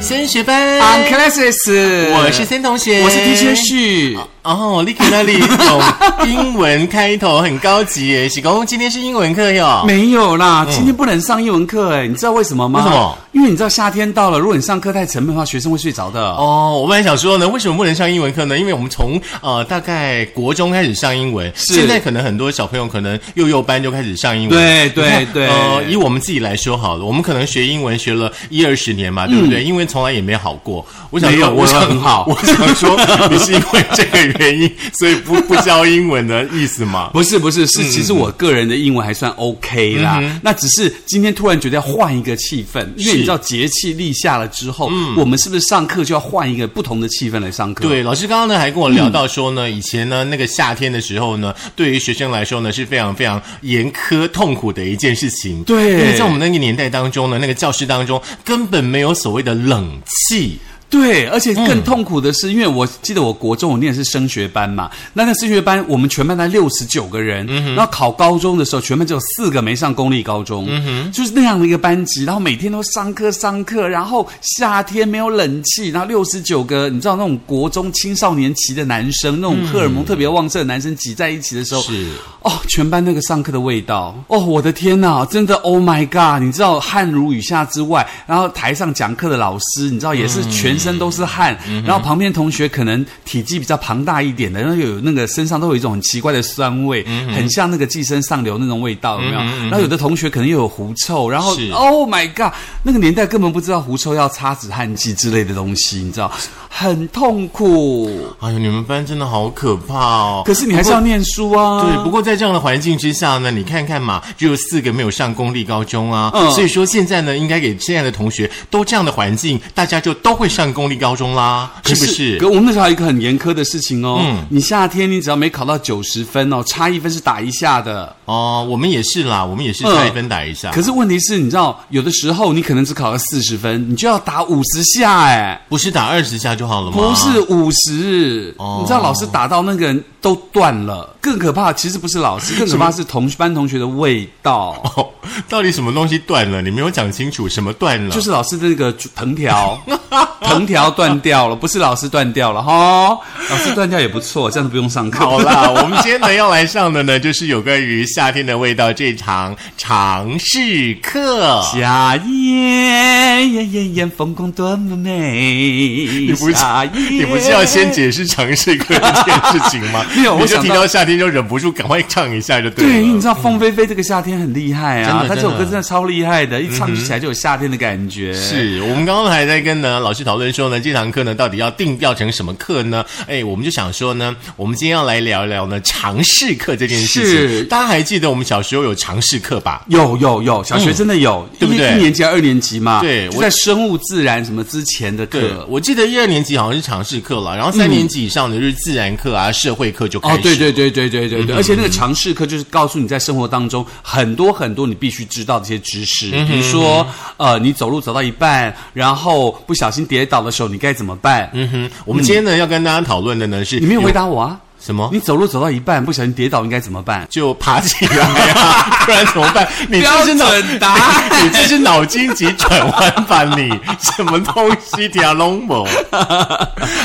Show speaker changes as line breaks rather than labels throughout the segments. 先学班
On Classes，
我是森同学，
我是 teacher 是
哦，Licky 那里有英文开头，很高级耶。喜公今天是英文课哟，
没有啦，今天不能上英文课哎，你知道为什么吗？
啊嗯为什么？
因为你知道夏天到了，如果你上课太沉闷的话，学生会睡着的。哦，
哦，我本来想说呢，为什么不能上英文课呢？因为我们从呃大概国中开始上英文，
是
现在可能很多小朋友可能幼幼班就开始上英文。
对
你看
对对
呃，以我们自己来说好了，我们可能学英文学了一二十年嘛，对不对？英文从来也嗯没好过。我想
没
说，
有
我想
我很好
我想说你是因为这个原因，所以不不教英文的意思吗？
不是不是
嗯
是，其实我个人的英文还算 OK 啦。那只是今天突然觉得要换一个气氛，因为
是嗯
你知道节气立夏了之后，我们是不是上课就要换一个不同的气氛来上课？。
对，老师刚刚呢还跟我
嗯
聊到说呢，以前呢那个夏天的时候呢，对于学生来说呢是非常非常严苛痛苦的一件事情。
对
因为在我们那个年代当中呢，那个教室当中根本没有所谓的冷气。
对，而且更痛苦的是，因为我记得我国中我念的是升学班嘛，那那升学班我们全班才六十九个人，然后考高中的时候，全班只有四个没上公立高中，就是那样的一个班级，然后每天都上课上课，然后夏天没有冷气，然后六十九个，你知道那种国中青少年期的男生，那种荷尔蒙特别旺盛的男生挤在一起的时候，
是
哦，全班那个上课的味道，哦，我的天呐，真的，Oh my God！你知道汗如雨下之外，然后台上讲课的老师，你知道也是
嗯
全身都是汗，然后旁边同学可能体积比较庞大一点的，然后有那个身上都有一种很奇怪的酸味，
嗯
很像那个寄生上流那种味道，有没有？然后有的同学可能又有狐臭，然后
是
Oh my God！那个年代根本不知道狐臭要擦止汗剂之类的东西，你知道，很痛苦。
哎呦，你们班真的好可怕哦！
可是你还是要念书啊，
对，不过在这样的环境之下呢，你看看嘛，只有四个没有上公立高中啊，
嗯
所以说现在呢，应该给现在的同学都这样的环境，大家就都会上公立高中啦，是不是？
可我们那时候还有一个很严苛的事情哦，
嗯
你夏天你只要没考到九十分哦，差一分是打一下的。
哦，我们也是啦，我们也是
嗯
下一分打一下。
可是问题是，你知道，有的时候你可能只考了四十分，你就要打五十下，哎，
不是打二十下就好了吗？
不是五十、
哦
你知道老师打到那个人都断了。更可怕，其实不是老 师，更可怕是同班同学的味道，
哦， 到底什么东西断了？你没有讲清楚，什么断了？
就是是老师的那个藤条， 藤条断掉了，不是老师断掉了哈，老师断掉也不错，这样子不用上 课。
好啦，我们今天呢要来上的呢， 就是有关于夏天的味道这堂尝试课。
夏夜，夜夜夜，风光多么美。
你不是
夏夜
你不是要先？解释尝试课这件事情吗
？没有我
你就
想
提
到
到夏天就忍不住赶快唱一下就对了。
对，因为你知道凤飞飞这个夏天很厉害啊，
真的
她这首歌
真的
真的超厉害的，一唱起来就有夏天的感觉。。
是我们刚刚还在跟呢老师讨论说呢，这堂课呢到底要定调成什么课呢？哎，我们就想说呢，我们今天要来聊一聊呢尝试课这件事情。
是
大家还记得我们小时候有尝试课吧？
有有有，小学真的有，
对不
一
对
一年级、二年级嘛，
对
就
我
在生物、自然什么之前的
对
课，，
我记得一二年级好像是尝试课了，然后三年级以上的就是自然课啊、社会课就开
哦
始。，
对对对对对对对，而且那个常识课就是告诉你在生活当中很多很多你必须知道的一些知识，比如说呃，你走路走到一半，然后不小心跌倒的时候，你该怎么办？
嗯哼，我们今天呢、要跟大家讨论的呢是
你没有回答我啊？
什么
你走路走到一半，不小心跌倒，应该怎么办？哎
就爬起来啊， 不然怎么办？你这是脑
标准答 案
你这是脑筋急转弯吧？你什么东西条龙 某？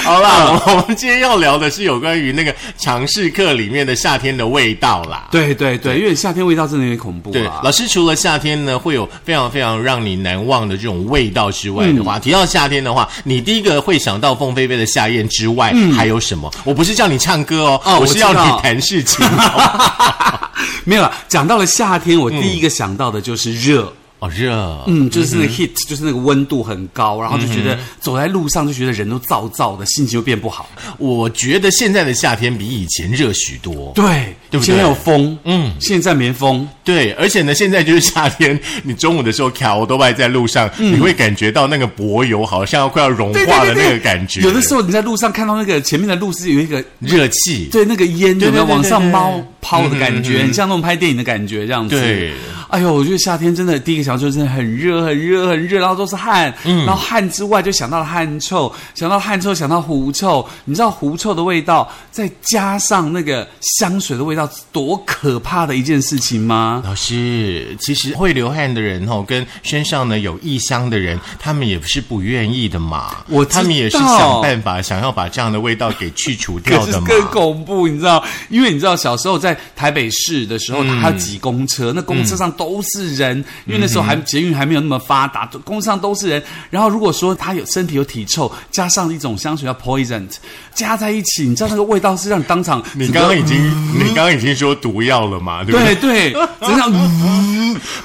好
嗯
啦，我们今天要聊的是有关于那个尝试课里面的夏天的味道啦。
对对对，因为夏天味道真的有点恐怖
对，
啊。
老师除了夏天呢会有非常非常让你难忘的这种味道之外的
嗯
话，提到夏天的话，你第一个会想到凤飞飞的夏宴之外，还有什么？我不是叫你唱歌哦，
嗯哦
我是要
我知道
你谈事情。 哦
没有啦，讲到了夏天，我第一个想到的就是热。
好哦热，
嗯，就是那个 heat，、就是那个温度很高，然后就觉得走在路上就觉得人都燥燥的，心情就变不好。
我觉得现在的夏天比以前热许多。
对，
对不对
现在有风，
嗯
嗯，现在没风，
对，而且呢，现在就是夏天，你中午的时候卡欧都外在路上，
嗯
你会感觉到那个柏油好像要快要融化了那个感觉，
有的时候你在路上看到那个前面的路是有一个
热气。
对那个烟有
对
没
对
有
对嗯
往上
对
猫抛的感觉，很像那种拍电影的感觉这样子。
对，
哎呦，我觉得夏天真的第一个想到就是很热，很热，很热，然后都是汗，
嗯
然后汗之外就想到了汗臭，想到汗臭，想到狐臭，你知道狐臭的味道，再加上那个香水的味道，多可怕的一件事情吗？
老师，其实会流汗的人哦，跟身上呢有异香的人，他们也不是不愿意的嘛。
我知道
他们也是想办法想要把这样的味道给去除
可
掉
是
的嘛。
更恐怖，你知道？因为你知道小时候在台北市的时候，还要挤公车，那公车上都是人，
嗯
因为那时候还捷运还没有那么发达，公车上都是人。然后如果说他有身体有体臭，加上一种香水叫 poison，加在一起，你知道那个味道是让你当场
你
整
刚
个
刚已经，你刚刚已经说毒药了嘛，对不对？
嗯对 对，真的、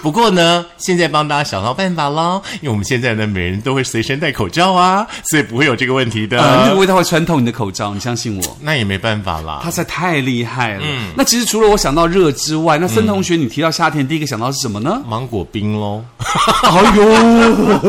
不过呢，现在帮大家想到办法喽，因为我们现在呢，每人都会随身戴口罩啊，所以不会有这个问题的。
呃、那个味道会穿透你的口罩，你相信我。
那也没办法啦？
它。实在太厉害了。那其实除了我想到热之外，那森同学，你提到夏天，第一个想到是什么呢
芒果冰喽，
哎呦，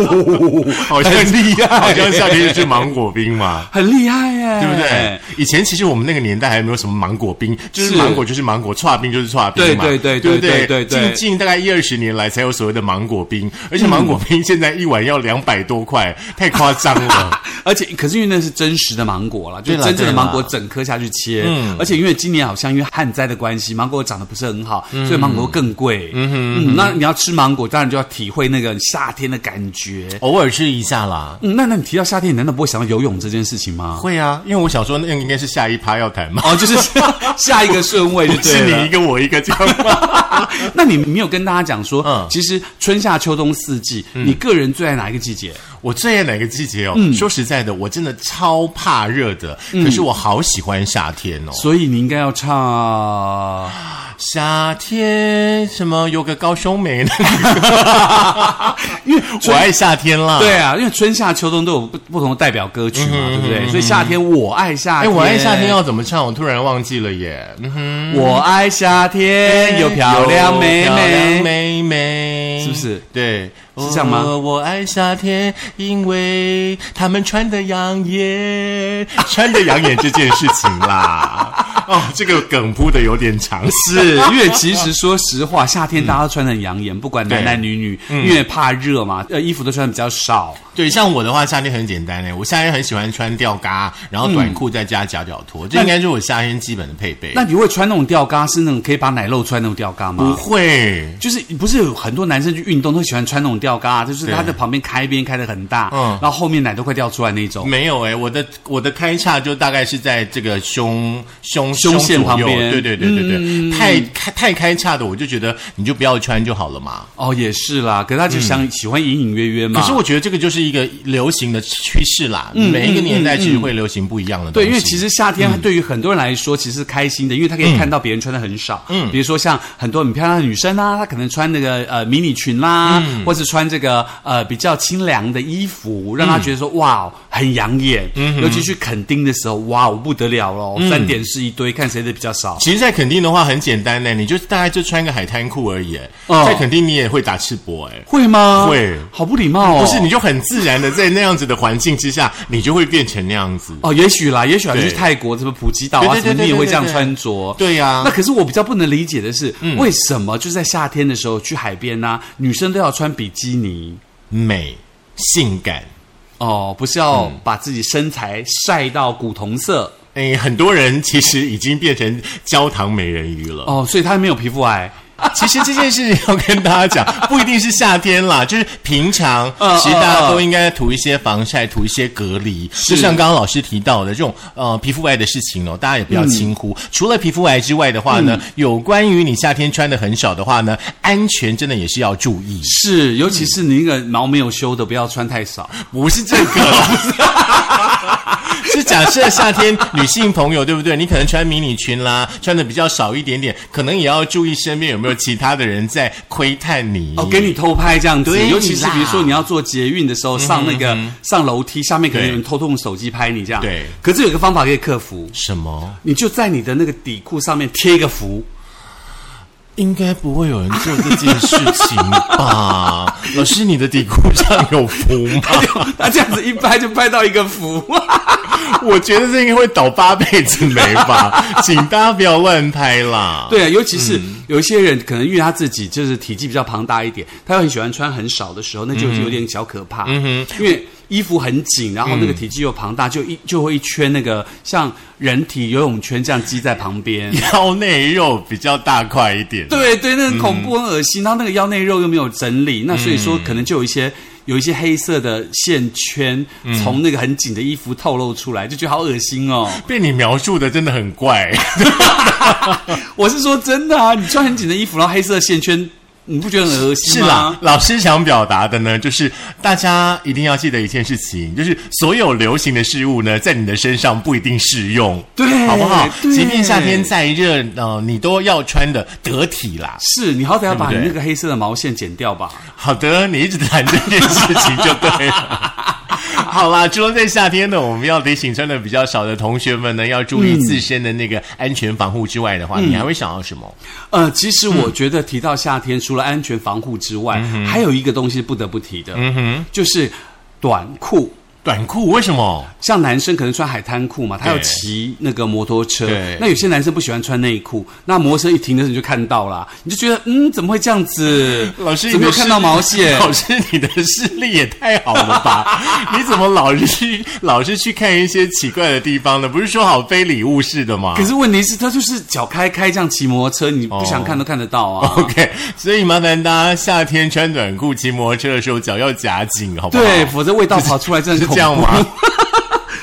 好像
很厉害哎
好像夏天就是芒果冰嘛。
很厉害耶，
对不对？？以前其实我们那个年代还没有什么芒果冰，就是
是
芒果就是芒果，串冰就是串冰嘛，
对对对
对不
对对对对嗯
近近大概一二十年来才有所谓的芒果冰，而且芒果冰现在一碗要两百多块，太夸张 了。
而且，可是因为那是真实的芒果啦，就
对啦
真正的
对啦嗯
芒果整颗下去切。而且因为今年好像因为旱灾的关系，芒果长得不是很好，
嗯
所以芒果更贵。嗯嗯，那你要吃芒果，当然就要体会那个夏天的感觉。
偶尔吃一下啦。
嗯，那那你提到夏天，你难道不会想到游泳这件事情吗？
会啊，因为我想说，那个应该是下一趴要谈嘛，
哦，就是 下一个顺位就
不是
对
你
了
一。个我一个这样吗？
那你没有跟大家讲说，
嗯
其实春夏秋冬四季，你个人最爱哪一个季节？
我最爱哪个季节哦？
嗯
说实在的，我真的超怕热的，可是我好喜欢夏天哦。
所以你应该要唱。
夏天什么有个高胸美，
因为
我爱夏天啦。
对啊，因为春夏秋冬都有不不同的代表歌曲嘛，
嗯
对不对？所以夏天我爱夏
哎，
天，
我爱夏天，要怎么唱？我突然忘记了耶。嗯哼，
我爱夏天，有漂亮妹
有漂亮
妹。
妹妹，
是不是？
对，哦
是这样吗
我我爱夏天，因为他们穿的养眼， 穿的养眼这件事情啦。哦，这个梗铺的有点长。
是因为其实说实 话，夏天大家都穿的很养眼，不管男
嗯对
男女女，因为怕热嘛，呃，衣服都穿的比较少。
对，像我的话，夏天很简单诶，欸我夏天很喜欢穿吊嘎，然后短裤再加夹脚拖，这应该是我夏天基本的配备。
嗯那你会穿那种吊嘎，是那种可以把奶露穿那种吊嘎
不
吗？
会，
就是不是有很多男生去运动都喜欢穿那种吊嘎，就是
对
他的旁边开边开的很大，
嗯
然后后面奶都快掉出来那种。
没有哎、我的我的开叉就大概是在这个胸胸
胸
左
线
右
旁边嗯
对对对对对，太开太开叉的，我就觉得你就不要穿就好了嘛。
哦，也是啦，可是他就想、喜欢隐隐约约
嗯
嘛。
可是我觉得这个就是一个流行的趋势啦，
嗯
每一个年代其实会流行不一样的东
对，
西。嗯
因为其实夏天对于很多人来说，其实是开心的，因为他可以看到别人穿的很少，嗯，比如说像很多很漂亮的女生啊，她可能穿那个呃迷你裙啦，
嗯
或是穿这个呃比较清凉的衣服，让她觉得
嗯
说哇很养眼，尤其去垦丁的时候，哇我不得了喽，
嗯
三点是一堆，看谁的比较少。
其实，在垦丁的话很简单欸呢，你就大概就穿个海滩裤而已欸。
哦
在垦丁你也会打赤膊哎，
会吗？
会
好不礼貌哦。
不是你就很自然的在那样子的环境之下，你就会变成那样子。
哦，也许啦，也许啊，
对
去泰国什么普吉岛啊，
对对对
什么你也
对对
会这样
对
穿着。
对啊呀
那可是我比较不能理解的是，
嗯
为什么就在夏天的时候去海边呢、女生都要穿比基尼？
美性感。
哦，不是要
嗯
把自己身材晒到古铜色
哎，很多人其实已经变成焦糖美人鱼了。
哦，所以她没有皮肤癌。
其实这件事要跟大家 讲，不一定是夏天啦，就是平常
嗯，
其实大
嗯
家
嗯
都应该涂一些防晒，涂一些隔离。就
是
像刚刚老师提到的这种呃皮肤癌的事情哦，大家也不要轻忽。除了皮肤癌之外的话呢，有关于你夏天穿的很少的话呢，安全真的也是要注意。
是，尤其是你那个毛没有修的，不要穿太少。
不是这个啦。 是假设夏天女性朋友对不对？你可能穿迷你裙啦，穿的比较少一点点，可能也要注意身边有没有其他的人在窥探你。
哦，给你偷拍这样
嗯
子，
对
尤其是
啦嗯
比如说你要做捷运的时候，上那个上楼梯，下面可能有人偷偷用手机拍你这样。
对
可是有一个方法可以克服，
什么？
你就在你的那个底裤上面贴一个符。
应该不会有人做这件事情吧？ 老师，你的底裤上有符吗？
他这样子一拍就拍到一个福，
我觉得这应该会倒八辈子霉吧， 请大家不要乱拍啦。
对啊，尤其是有一些人，可能因为他自己就是体积比较庞大一点，他又很喜欢穿很少的时候，那就有点小可怕。嗯因为衣服很紧，然后那个体积又庞大，就一就会一圈那个像人体游泳圈这样积在旁边。
腰内肉比较大块一点，
对对，那很恐怖、很恶心。然后那个腰内肉又没有整理，那所以说可能就有一些有一些黑色的线圈从那个很紧的衣服透露出来，就觉得好恶心哦。
被你描述的真的很怪。
我是说真的啊，你穿很紧的衣服，然后黑色的线圈，你不觉得很恶
是
心
啦
吗？，
老师想表达的呢，就是大家一定要记得一件事情，就是所有流行的事物呢，在你的身上不一定适用，
对
好不好？
对
即便夏天再热，呃，你都要穿的得体啦。
是你好歹要把你
对不对
那个黑色的毛线剪掉吧。
好的，你一直谈这件事情就对了。 好啦，除了在夏天呢，我们要提醒穿的比较少的同学们呢，要注
嗯
意自身的那个安全防护之外的话，你还会想到什么？
呃，其实我觉得提到夏天，除了安全防护之外，
嗯
还有一个东西不得不提的，就是短裤。
短裤？为什么？
像男生可能穿海滩裤嘛，他要
对
骑那个摩托车
对。
那有些男生不喜欢穿内裤，那摩托车一停的时候你就看到啦，你就觉得嗯，怎么会这样子？
老师，
怎
你
么
的
有
视
看到毛线？
老师，你的视力也太好了吧？ 你怎么老是去老是去看一些奇怪的地方呢？不是说好非礼勿视的吗
可是问题是，他就是脚开开这样骑摩托车，你不
哦
想看都看得到 啊。
？OK，所以麻烦大家夏天穿短裤骑摩托车的时候脚要夹紧，好不好？
对，，否则味道跑出来真的
是
很
这
恐怖
样吗？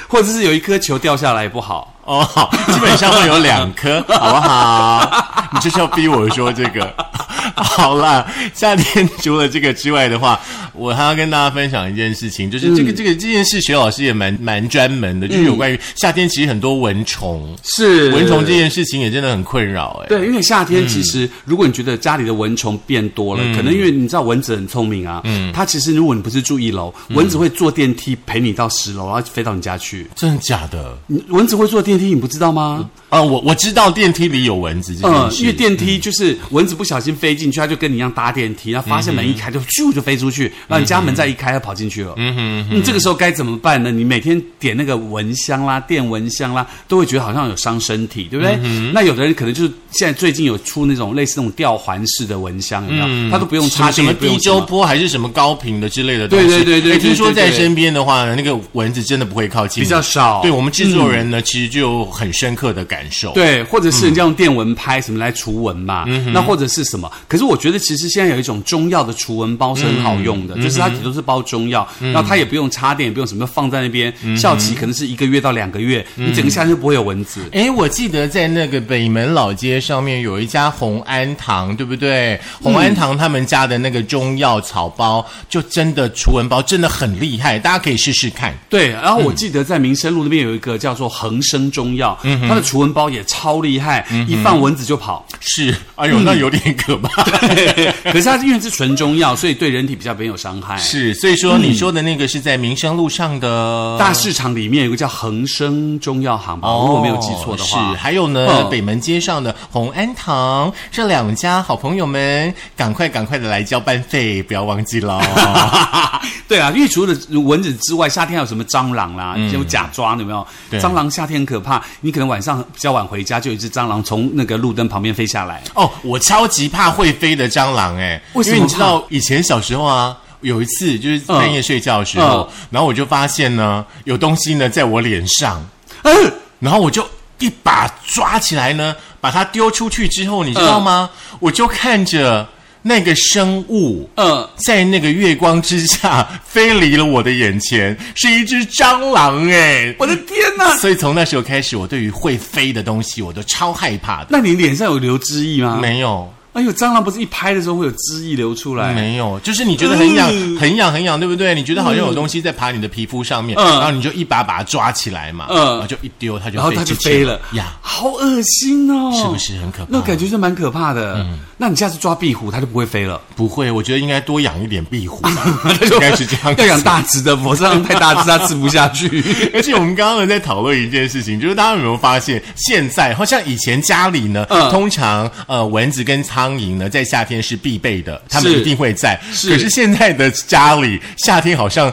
或者是有一颗球掉下来也不好。
哦，好，基本上会有两 颗，好不好？你就是要逼我说这个。 好啦，夏天除了这个之外的话，我还要跟大家分享一件事情，
嗯
就是这个、这个这件事，学老师也蛮蛮专门的，就是有关于夏天其实很多蚊虫，
是
蚊虫这件事情也真的很困扰哎、
对，因为夏天其实，如果你觉得家里的蚊虫变多了，可能因为你知道蚊子很聪明啊，它其实如果你不是住一楼，蚊子会坐电梯陪你到十楼，然后飞到你家去。
真的假的？
你蚊子会坐电梯，你不知道吗？
啊，我我知道电梯里有蚊子这
嗯
件，事，
因为电梯就是蚊子不小心飞进去，它就跟你一样搭电梯，然后发现门一开就咻就飞出去，然后你家门再一开，它跑进去了。嗯哼，你这个时候该怎么办呢？你每天点那个蚊香啦、电蚊香啦，都会觉得好像有伤身体，对不对？那有的人可能就是现在最近有出那种类似那种吊环式的蚊香，有没有？它都不用
什么
插
什
电，也
么
不
低
用
周
么
波还是什么高频的之类的东西。
对对对对
诶
对
听说
对对
在
对
身边的话呢，那个蚊子真的不会靠近你，
比较少
对我们制作人呢，其实就有很深刻的感受。，
对，或者是人家用电蚊拍什么来除蚊嘛，
嗯
那或者是什么？可是我觉得其实现在有一种中药的除蚊包是很好用
嗯
的，就是它都是包中药，然后它也不用插电，也不用什么，放在那边
嗯
效期可能是一个月到两个月，你整个夏天就不会有蚊子。
哎，我记得在那个北门老街上面有一家红安堂，对不对？红安堂他们家的那个中药草包，就真的除蚊包真的很厉害，大家可以试试看。
对，然
嗯
后我记得在民生路那边有一个叫做恒生中药，
嗯
它的除蚊包也超厉害，一放蚊子 就跑。
是，哎呦，那有点可 怕。
可是它因为是纯中药，所以对人体比较没有伤害。
是，所以说你说的那个是在民生路上的哦
大市场里面有个叫恒生中药行吧，如果没有记错的话
是。还有呢，
嗯
北门街上的红安堂这两家好朋友们，赶快赶快的来交班费，不要忘记了。哦
对啊，因为除了蚊子之外，夏天还有什么蟑螂啦，有假抓有没有？
嗯对
蟑螂夏天很可怕，你可能晚上比较晚回家，就有一只蟑螂从那个路灯旁边飞下来。
哦，我超级怕会飞的蟑螂哎、
为什么
因为你知道以前小时候啊。有一次就是半夜睡觉的时候，
嗯
然后我就发现呢，有东西呢在我脸上，
嗯，
然后我就一把抓起来呢，把它丢出去之后，你知道吗？我就看着那个生物，
嗯
在那个月光之下飞离了我的眼前，是一只蟑螂哎、
我的天哪！
所以从那时候开始，我对于会飞的东西，我都超害怕的。
那你脸上有流汁液吗？
没有，
哎呦，蟑螂不是一拍的时候会有汁液流出来？
没有，就是你觉得很痒、
哎嗯
很痒、很痒，对不对？你觉得好像有东西在爬你的皮肤上面，
嗯
然后你就一把把它抓起来嘛，
嗯
然后就一丢，它就
然后它就
出去
飞了
呀，
好恶心哦！
是不是嗯很可怕
那感觉是蛮可怕的。那你下次抓壁虎，它就不会飞了。
不会，我觉得应该多养一点壁虎吧， 应该是这样，
要养。大只的，否则让太大只它吃不下去。
而且我们刚刚呢在讨论一件事情，就是大家有没有发现，现在好像以前家里呢，
嗯
通常呃蚊子跟苍苍蝇呢，在夏天是必备的，他们
是
一定会在。
是
可是现在的家里夏天好像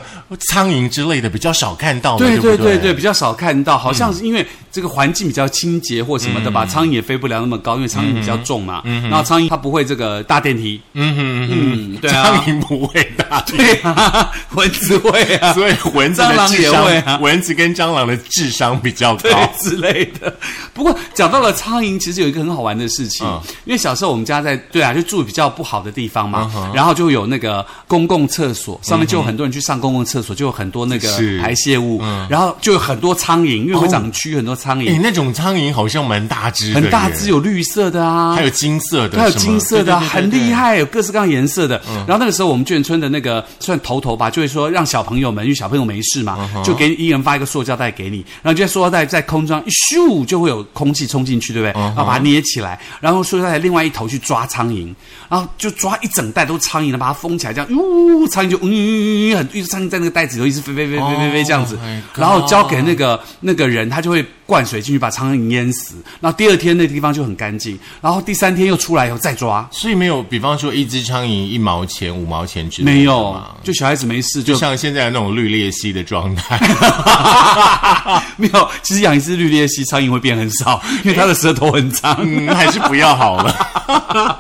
苍蝇之类的比较少看到了，对
对
嗯
对
不
对对，比较少看到，好像是因为这个环境比较清洁或什么的吧，
嗯
苍蝇也飞不了那么高，因为苍蝇比较重嘛。然后苍蝇它不会这个搭电梯，
嗯哼
嗯，对
苍
啊，
蝇不会打对
对啊，蚊子会 啊，
所以蚊子
蟑
的
螂
智
也
商，
会啊
蚊子跟蟑螂的智商比较
对
高。
之类的。不过讲到了苍蝇，其实有一个很好玩的事情，
嗯
因为小时候我们家在对啊，就住比较不好的地方
嗯
嘛，然后就有那个公共厕所，上面就有很多人去上公共厕所，就有很多那个
是嗯哦
排泄物，然后就有很多苍蝇，因为会长蛆，很多苍
诶，
蝇，
那种苍蝇好像蛮大只的耶，
很大只，有绿色的啊
还。有金色的，
还有
什么
金色的啊，
对对对
很
对
厉害，有各式各样颜色的。
嗯
然后那个时候，我们眷村的那个算头头吧，就会说让小朋友们，因为小朋友没事
嗯
嘛，就给你一人发一个塑胶袋给你，然后就在塑胶袋在空中一咻就会有空气冲进去，对不
嗯
对？然后把它捏起来，然后塑胶袋另外一头去抓苍蝇，然后就抓一整袋都苍蝇，然后把它封起来，这样，呜，苍蝇就嗯嗯嗯嗯，很，一只苍蝇在那个袋子里头一直飞飞飞飞飞飞这样子
Oh my，God
然后交给那个那个人，他就会灌水进去把苍蝇淹死，然后第二天那地方就很干净，然后第三天又出来以后再抓。
所以没有，比方说一只苍蝇一毛钱、五毛钱之类的
没有
吗，
就小孩子没 事就
就像现在那种绿鬣蜥的状态。
没有。其实养一只绿鬣蜥，苍蝇会变很少，因为它的舌头很长。
嗯，还是不要好了。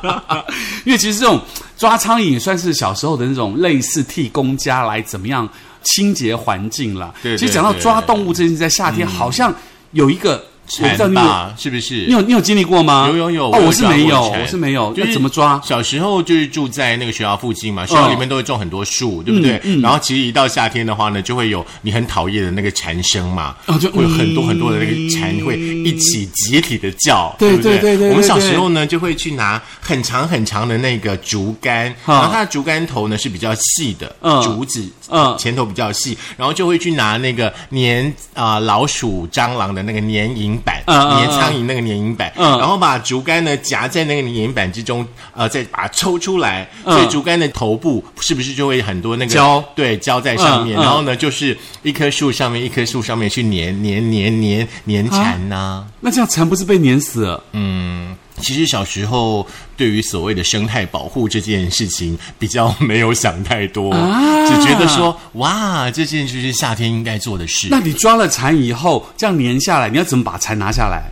因为其实这种抓苍蝇也算是小时候的那种类似替公家来怎么样清洁环境啦。
对对
其实讲到
对嗯
抓动物这件事，在夏天好像有一个，我不知道
蝉
你有
吧，是不是？
你有你有经历过吗？
有有有，
哦，我是没有，
抓过蝉
我是没有。
就
那
是
怎么抓？嗯
小时候就是住在那个学校附近嘛，学校里面都会种很多树，对不对？然后其实一到夏天的话呢，就会有你很讨厌的那个蝉声嘛，
哦就
会有很多很多的那个蝉会一起集体的叫，
对
不对
对对对对
我们小时候呢，就会去拿很长很长的那个竹竿，
哈
然后它的竹竿头呢是比较细的，
嗯
竹子，
嗯
前头比较细，然后就会去拿那个粘啊、老鼠、蟑螂的那个粘蝇板，
嗯嗯嗯
粘苍蝇那个粘蝇板，
嗯
然后把竹竿呢夹在那个粘板之中，呃，再把它抽出来，所以
嗯
竹竿的头部是不是就会很多那个
胶
对，胶在上面，
嗯嗯
然后呢，就是一棵树上面一棵树上面去粘粘粘粘粘
啊
蝉呐、
那这样蝉不是被碾死了？
嗯其实小时候对于所谓的生态保护这件事情比较没有想太多，
啊
只觉得说哇，这件就是夏天应该做的事，
那你抓了蝉以后，这样粘下来，你要怎么把蝉拿下来？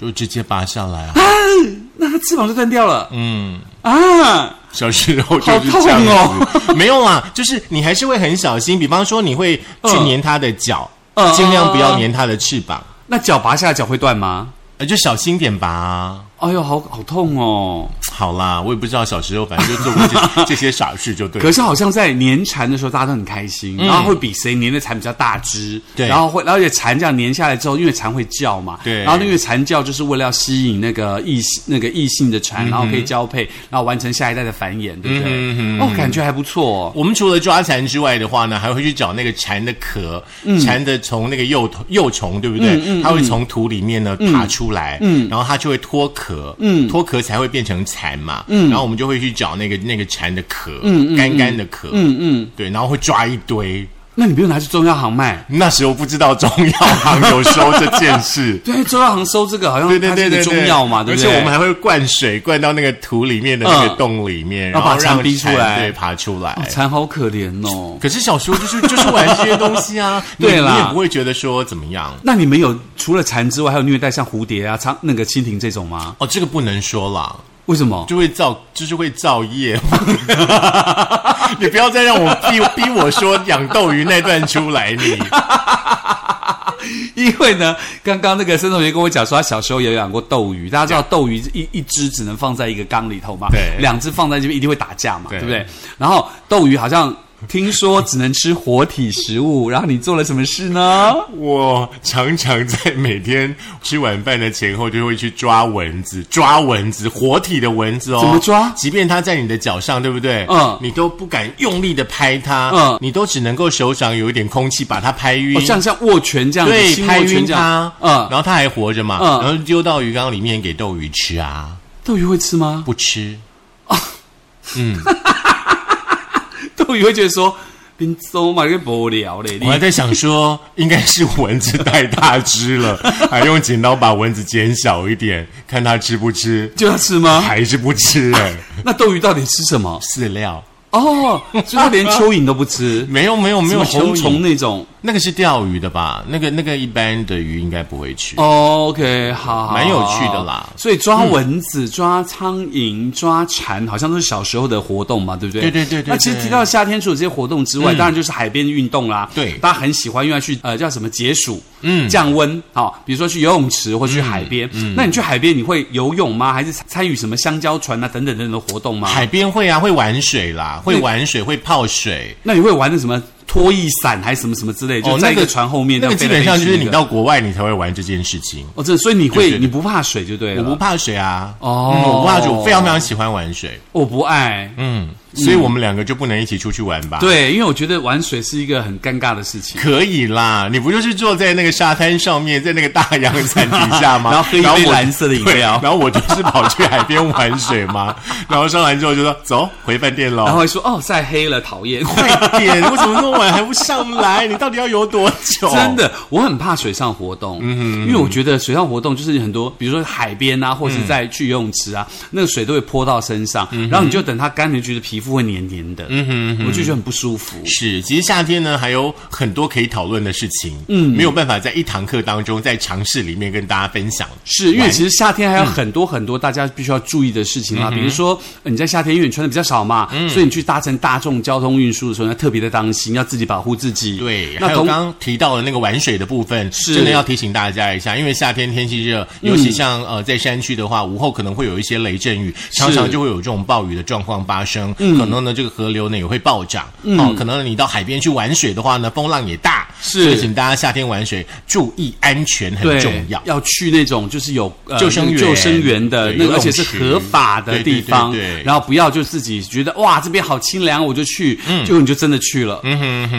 就直接拔下来啊。
那它翅膀就断掉了。嗯啊，
小时候就是这样子，
好哦
没有啦，就是你还是会很小心。比方说，你会去
嗯
粘它的脚，
嗯
尽量不要粘它的翅膀，
那脚拔下来脚会断吗？
呃，就小心点吧。
哎呦，好好痛哦！
好啦，我也不知道小时候，反正就做过这 这些傻事就对
可
了。
是好像在粘蝉的时候，大家都很开心，然后会比谁粘的蝉比较大只，
对
然后会，而且蝉这样粘下来之后，因为蝉会叫嘛，
对
然后因为蝉叫就是为了要吸引那个异性那个异性的
嗯
蝉，然后可以交配，然后完成下一代的繁衍，对不对？
嗯
哦，感觉还不错、哦。
我们除了抓蝉之外的话呢，还会去找那个蝉的壳，
嗯
蝉的从那个幼虫幼虫，对不对？它会从土里面呢爬出来，
嗯
然后它就会脱壳，脱壳才会变成蝉嘛，
嗯
然后我们就会去找那个那个蝉的壳，干干的壳，
嗯
对，然后会抓一堆。
那你不用拿去中药行卖。。
那时候不知道中药行有收这件事
对，中药行收这个好像
对对
它
对
是
对
个
对，
中药嘛，对
而
不
且
对？
我们还会灌水灌到那个土里面的那个
嗯
洞里面，
然后把
让
蝉逼出来
对，爬出来。
哦蝉好可怜哦。
可是小时候就是 就是玩这些东西啊，你
对啦
你也不会觉得说怎么样。
那你们有除了蝉之外，还有虐待像蝴蝶啊、苍那个蜻蜓这种吗？
哦，这个不能说啦，
为什么？
就会造，就是会造业。 你不要再让我逼逼我说养斗鱼那段出来，你
因为呢，刚刚那个申同学跟我讲说，他小时候也养过斗鱼。大家知道斗鱼一一只只能放在一个缸里头嘛，
对
两只放在这边一定会打架嘛，
对
对不对？然后斗鱼好像听说只能吃活体食物，然后你做了什么事呢？
我常常在每天吃晚饭的前后就会去抓蚊子，抓蚊子，活体的蚊子哦。
怎么抓
即便它在你的脚上，对不对？
嗯
你都不敢用力的拍它，
嗯
你都只能够手掌有一点空气把它拍晕。
哦，像像握拳这样子，
对，
新
拍
握
晕
拳这
它
样，，
然
嗯，
后它还活着嘛，
嗯
然后丢到鱼缸里面给斗鱼吃啊，
斗鱼会吃 吗？
不吃。
斗鱼会觉得说。冰州嘛，因为无聊嘞。你
我还在想说， 应该是蚊子太大只了，还用剪刀把蚊子剪小一点，看它吃不吃，
就要吃吗？
还是不吃、 哎，
那斗鱼到底吃什么？
饲料
哦，所以它连蚯蚓都不吃，
没有 没有没有
什么红
蚯蚓
虫那种。
那个是钓鱼的吧？那个那个一般的鱼应该不会吃。
哦 OK，好，好
蛮有趣的啦
好所以抓蚊子、抓苍蝇、抓蝉，好像都是小时候的活动嘛，对不对？
对对对对
那其实
对嗯
提到夏天除了这些活动之外，当然就是海边运动啦。
对
大家很喜欢用来去呃叫什么解暑、嗯降温啊、好比如说去游泳池
嗯
或去海边。那你去海边你会游泳吗？还是参与什么香蕉船啊等等等等的活动吗？
海边会啊，会玩水啦，会玩水，会泡水。
那你会玩的什么拖翼伞还是什么什么之类，就在一个船后面这
哦那个
样飞
基
来飞
本
去的？
上就是你到国外你才会玩这件事情。
哦，这所以你会
对对对
你不怕水就对
我
了。
不怕水啊，
哦
嗯我不怕水，我非常非常喜欢玩水，
我不爱，
嗯，所以我们两个就不能一起出去玩吧？，
对，因为我觉得玩水是一个很尴尬的事情。
可以啦，你不就是坐在那个沙滩上面，在那个大洋伞底下吗？
然后喝一杯
我
蓝色的饮料
对然后我就是跑去海边玩水嘛，然后上来之后就说走回饭店
然
喽。
后还说哦，晒黑了，讨 厌。
快点，为什么那么晚还不上来？你到底要游多久？
真的，我很怕水上活动，因为我觉得水上活动就是很多，比如说海边啊，或是在去游泳池啊，那个水都会泼到身上，然后你就等它干，你就觉得皮肤会黏黏的，我就觉得很不舒服。
是，其实夏天呢还有很多可以讨论的事情，嗯，没有办法在一堂课当中在尝试里面跟大家分享。
是因为
玩
其实夏天还有很多很多大家必须要注意的事情
嗯
啦，比如说呃你在夏天因为你穿的比较少嘛，所以你去搭乘大众交通运输的时候要特别的当心，要自己保护自己。
对，还
那
有
同
刚刚提到的那个玩水的部分，
是
真的要提醒大家一下，因为夏天天气热，尤其像、呃在山区的话，午后可能会有一些雷阵雨，常常就会有这种暴雨的状况发生。可能呢这个河流呢也会暴涨，哦，可能你到海边去玩水的话呢，风浪也大，
是
所以请大家夏天玩水注意安全很
对
重要。
要去那种就是有、呃
救生员
救生员的
对
那
游泳
个，而且是合法的
池
地方，
对对对对
然后不要就自己觉得哇这边好清凉我就去，
嗯
结果你就真的去了，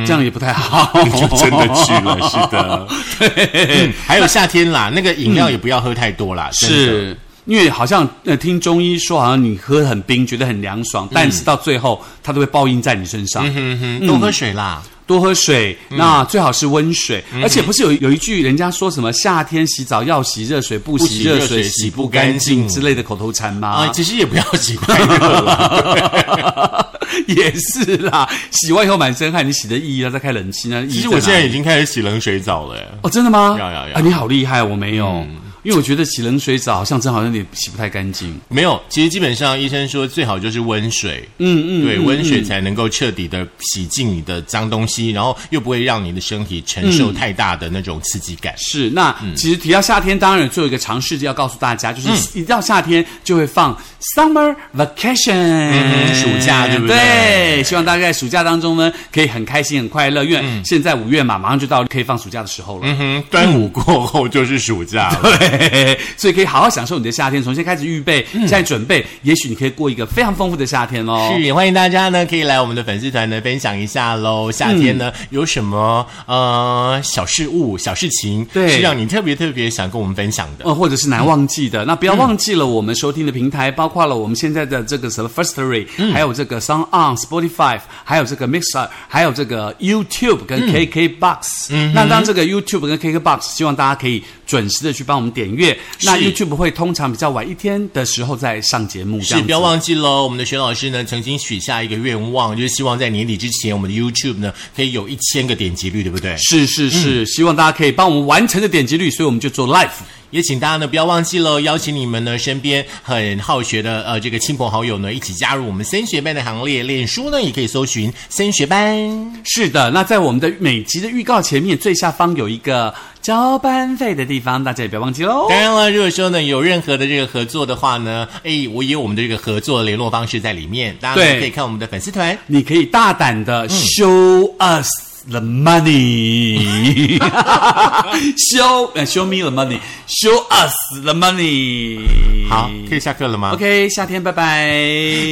这样也不太好，
就真的去了，是的。
对。
嗯，还有夏天啦，那个饮料也不要喝太多啦，真的
是因为好像呃，听中医说，好像你喝很冰，觉得很凉爽，但是到最后它都会报应在你身上。
嗯哼，嗯多喝水啦。
多喝水，那最好是温水，
嗯
而且不是有有一句人家说什么夏天洗澡要洗热水，不
不
洗
洗
热
热
水
水
洗
洗
不
不
干
干
净
净
之类的口头禅
啊，
吗？
其实也不要洗太热啦。
也是啦，洗完以后满身汗，你洗的意义要再开冷气呢？
其
其
实我现在已经开始洗冷水澡了耶。哎
哦，真的吗？
要要要
啊，你好厉害，我没有，
嗯
因为我觉得洗冷水澡好像真好像有点洗不太干净。
没有，其实基本上医生说最好就是温水，嗯嗯，对，温水才能够彻底的洗净你的脏东西，然后又不会让你的身体承受太大的那种刺激感。
是，那
嗯
其实提到夏天，当然有做一个尝试，要告诉大家，就是一到夏天就会放 summer vacation，、
嗯暑假对不对
对，希望大家在暑假当中呢，可以很开心、很快乐，因为现在五月嘛，马上就到可以放暑假的时候了。
嗯哼，端午过后就是暑假了。
对， 所以可以好好享受你的夏天，从现在开始预备，
嗯
现在准备，也许你可以过一个非常丰富的夏天哦。
是，也欢迎大家呢，可以来我们的粉丝团呢分享一下喽。夏天呢、有什么呃小事物、小事情，
对
是让你特别特别想跟我们分享的？
呃，或者是难忘记
嗯
的。那不要忘记了我们收听的平台，包括了我们现在的这个什么 Firstory，、
嗯
还有这个 Sound On、Spotify，还有这个 Mixer，还有这个 YouTube 跟
嗯
KKBox。那当这个 YouTube 跟 KKBox，希望大家可以准时的去帮我们点阅。那 YouTube 会通常比较晚一天的时候再上节目，这
是，
样
不要
子。
忘记喽。我们的沈老师呢，曾经许下一个愿望，就是希望在年底之前，我们的 YouTube 呢可以有一千个点击率，对不对？
是是
嗯
是，希望大家可以帮我们完成的点击率，所以我们就做 live。
也请大家呢不要忘记喽，邀请你们呢身边很好学的呃这个亲朋好友呢一起加入我们升学班的行列。脸书呢也可以搜寻升学班。
是的，那在我们的每集的预告前面最下方有一个交班费的地方，大家也不要忘记喽。
当然了，如果说呢有任何的这个合作的话呢，哎，我也有我们的这个合作联络方式在里面，大家
对
呢可以看我们的粉丝团。
你可以大胆
嗯
的 show us the money，show 呃 show me the money，show us the money。
好，可以下课了吗
OK，夏天拜拜。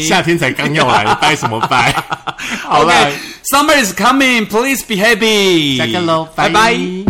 夏天才刚要来，拜什么 拜？好了
OK，summer、is coming，please be happy。
下课喽，
拜拜。